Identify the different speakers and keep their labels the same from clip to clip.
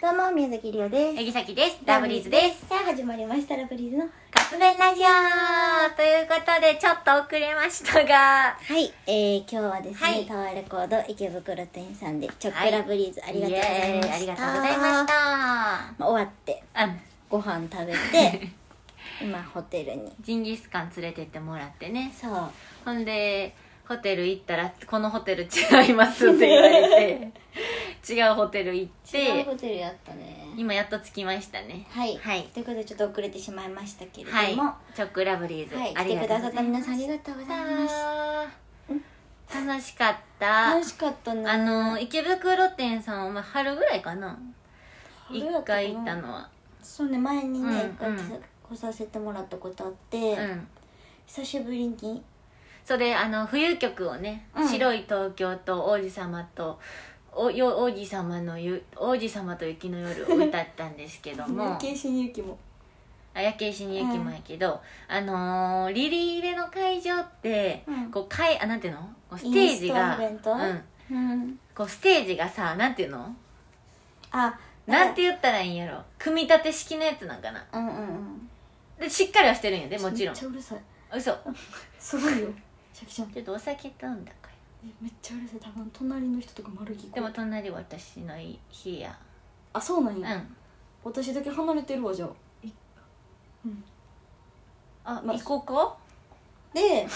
Speaker 1: どうも宮崎りおです
Speaker 2: えぎさきです。ラブリーズです。
Speaker 1: さあ始まりましたラブリーズのは
Speaker 2: カップ麺ラジオということで、ちょっと遅れましたが、
Speaker 1: い、えー、今日はですね、
Speaker 2: はい
Speaker 1: タワーレコード池袋店さんでチョ
Speaker 2: は
Speaker 1: ック
Speaker 2: い
Speaker 1: ラブリーズ、ありがとうございました
Speaker 2: イエーイありがとうございまし
Speaker 1: まあ終わって
Speaker 2: た。うん。
Speaker 1: ご飯食べ て今ホテルに
Speaker 2: ジンギスカン連れてってもらってね。
Speaker 1: そう
Speaker 2: ほんで、ホテル行ったら、このホテル違いますって言われ て、違うホテル行っ
Speaker 1: 違う
Speaker 2: て
Speaker 1: ホ、テルやったね
Speaker 2: 今やっと着きましたね。
Speaker 1: はい、
Speaker 2: はい
Speaker 1: ということでちょっと遅れてしまいましたけれども、
Speaker 2: は
Speaker 1: はい
Speaker 2: い。チョックラブリーズ。あ
Speaker 1: 来
Speaker 2: り
Speaker 1: てく
Speaker 2: がとう
Speaker 1: ださ
Speaker 2: ござ
Speaker 1: っ
Speaker 2: い
Speaker 1: た
Speaker 2: ま
Speaker 1: 皆
Speaker 2: し
Speaker 1: さんありがとうございます
Speaker 2: た。楽しかった。
Speaker 1: 楽しかったね
Speaker 2: あの池袋店さんお前春ぐらいかな
Speaker 1: 春
Speaker 2: 一
Speaker 1: やったかな
Speaker 2: 回行ったのは
Speaker 1: そうね前にね
Speaker 2: うん
Speaker 1: 一、
Speaker 2: うん
Speaker 1: 回来させてもらったことあって、
Speaker 2: うん
Speaker 1: 久しぶりに
Speaker 2: それあの冬曲をね、
Speaker 1: うん
Speaker 2: 白い東京と王子様とおよ王子様のゆ王子様と雪の夜を歌ったんですけども
Speaker 1: しにゆきも
Speaker 2: あ夜景しに行きもやけど、あのーリリーベの会場って、
Speaker 1: うん
Speaker 2: こうかいあなんていうのこうステージが
Speaker 1: インスト
Speaker 2: う
Speaker 1: イベント
Speaker 2: ん、
Speaker 1: うん
Speaker 2: こうステージがさなんていうの
Speaker 1: あ
Speaker 2: なんて言ったらいいんやろ組み立て式のやつなんかな
Speaker 1: うんうんうん
Speaker 2: でしっかりはしてるんやでもちろん
Speaker 1: めっちゃうるさい
Speaker 2: 嘘
Speaker 1: すごいよシャキちゃん
Speaker 2: ちょっとお酒飲んだか
Speaker 1: めっちゃうるさい多分隣の人とか丸聞こ
Speaker 2: ら
Speaker 1: え
Speaker 2: でも隣私の日や
Speaker 1: あそうなん
Speaker 2: うん
Speaker 1: や、私だけ離れてるわじゃあ
Speaker 2: あ、
Speaker 1: まあ
Speaker 2: 行こうか
Speaker 1: で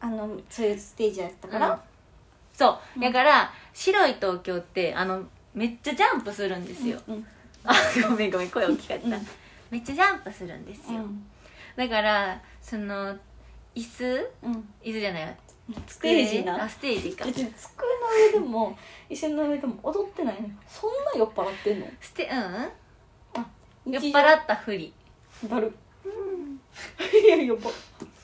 Speaker 1: あのそういうステージやったか
Speaker 2: うん
Speaker 1: ら、
Speaker 2: そう、
Speaker 1: うん
Speaker 2: だから白い東京ってあのめっちゃジャンプするんですよ、
Speaker 1: うん
Speaker 2: あ ごめんごめん声大きかった、
Speaker 1: うん
Speaker 2: めっちゃジャンプするんです
Speaker 1: う
Speaker 2: よ、
Speaker 1: ん
Speaker 2: だからその椅子
Speaker 1: うん
Speaker 2: 椅子じゃないわ
Speaker 1: ステージ
Speaker 2: あ
Speaker 1: な
Speaker 2: ステージか
Speaker 1: 別に机の上でも椅子の上でも踊ってないのそんな酔っ払ってんの
Speaker 2: ステ
Speaker 1: 日
Speaker 2: うん酔っ
Speaker 1: 常
Speaker 2: 払ったふり
Speaker 1: だる いや酔っ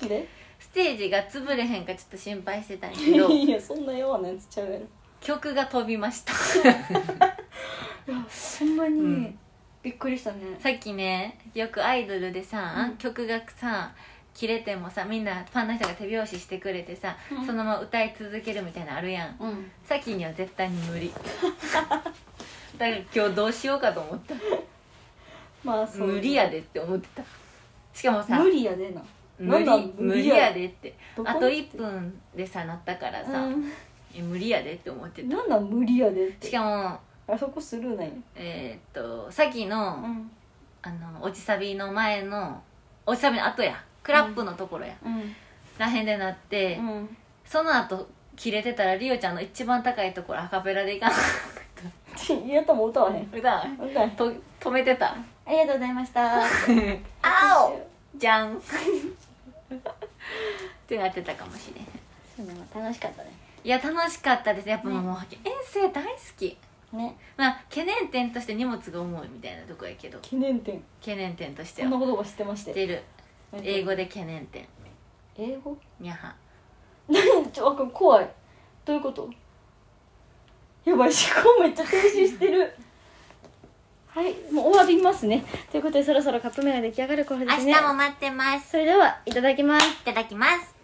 Speaker 1: 払で
Speaker 2: ステージが潰れへんかちょっと心配してたん やけど
Speaker 1: いやそんな弱なやつちゃうやろ
Speaker 2: 曲が飛び ました
Speaker 1: いやほんまに、
Speaker 2: うん
Speaker 1: びっくりしたね
Speaker 2: さっきねよくアイドルでさ、
Speaker 1: うん
Speaker 2: 曲がさ切れてもさみんなファンの人が手拍子してくれてさ、
Speaker 1: うん
Speaker 2: そのまま歌い続けるみたいなのあるやん
Speaker 1: うん
Speaker 2: さっきには絶対に 無理だから今日どうしようかと思った
Speaker 1: まあそう
Speaker 2: 無理やでって思ってたしかもさ
Speaker 1: 無理やでな
Speaker 2: 無
Speaker 1: なん
Speaker 2: 理
Speaker 1: だ無
Speaker 2: 無
Speaker 1: 理
Speaker 2: 理
Speaker 1: や
Speaker 2: やでって
Speaker 1: どこ
Speaker 2: あと1分でさなったからさ、
Speaker 1: うん
Speaker 2: え無理やでって思ってた
Speaker 1: なんだ無理やでって
Speaker 2: しかも
Speaker 1: あそこスルーなんや
Speaker 2: えーっとさっきの、
Speaker 1: ん
Speaker 2: あの落ちサビの前の落ちサビの後やクラップのところや、
Speaker 1: うん
Speaker 2: らへんでなって、
Speaker 1: うん
Speaker 2: その後切れてたらリオちゃんの一番高いところアカペラでいかなかっ
Speaker 1: やったも歌わへん
Speaker 2: た歌わ
Speaker 1: 歌わへん
Speaker 2: と止めてた
Speaker 1: ありがとうございました
Speaker 2: あじゃんってなってたかもしれへん
Speaker 1: そうね楽しかったね
Speaker 2: いや楽しかったですやっぱもう、遠征大好き
Speaker 1: ね
Speaker 2: まあ懸念点として荷物が重いみたいなとこやけど
Speaker 1: 記念展
Speaker 2: 懸念点として
Speaker 1: そんな
Speaker 2: は
Speaker 1: ことが知ってまし
Speaker 2: 出
Speaker 1: て
Speaker 2: る英語で懸念点
Speaker 1: 英語
Speaker 2: にゃは
Speaker 1: 何 ちょあかん怖いどういうことやばい思考めっちゃ停止してるはいもう終わりますねということでそろそろカップ麺が出来上がる頃ですね
Speaker 2: 待ってます
Speaker 1: それではいただきます
Speaker 2: いただきます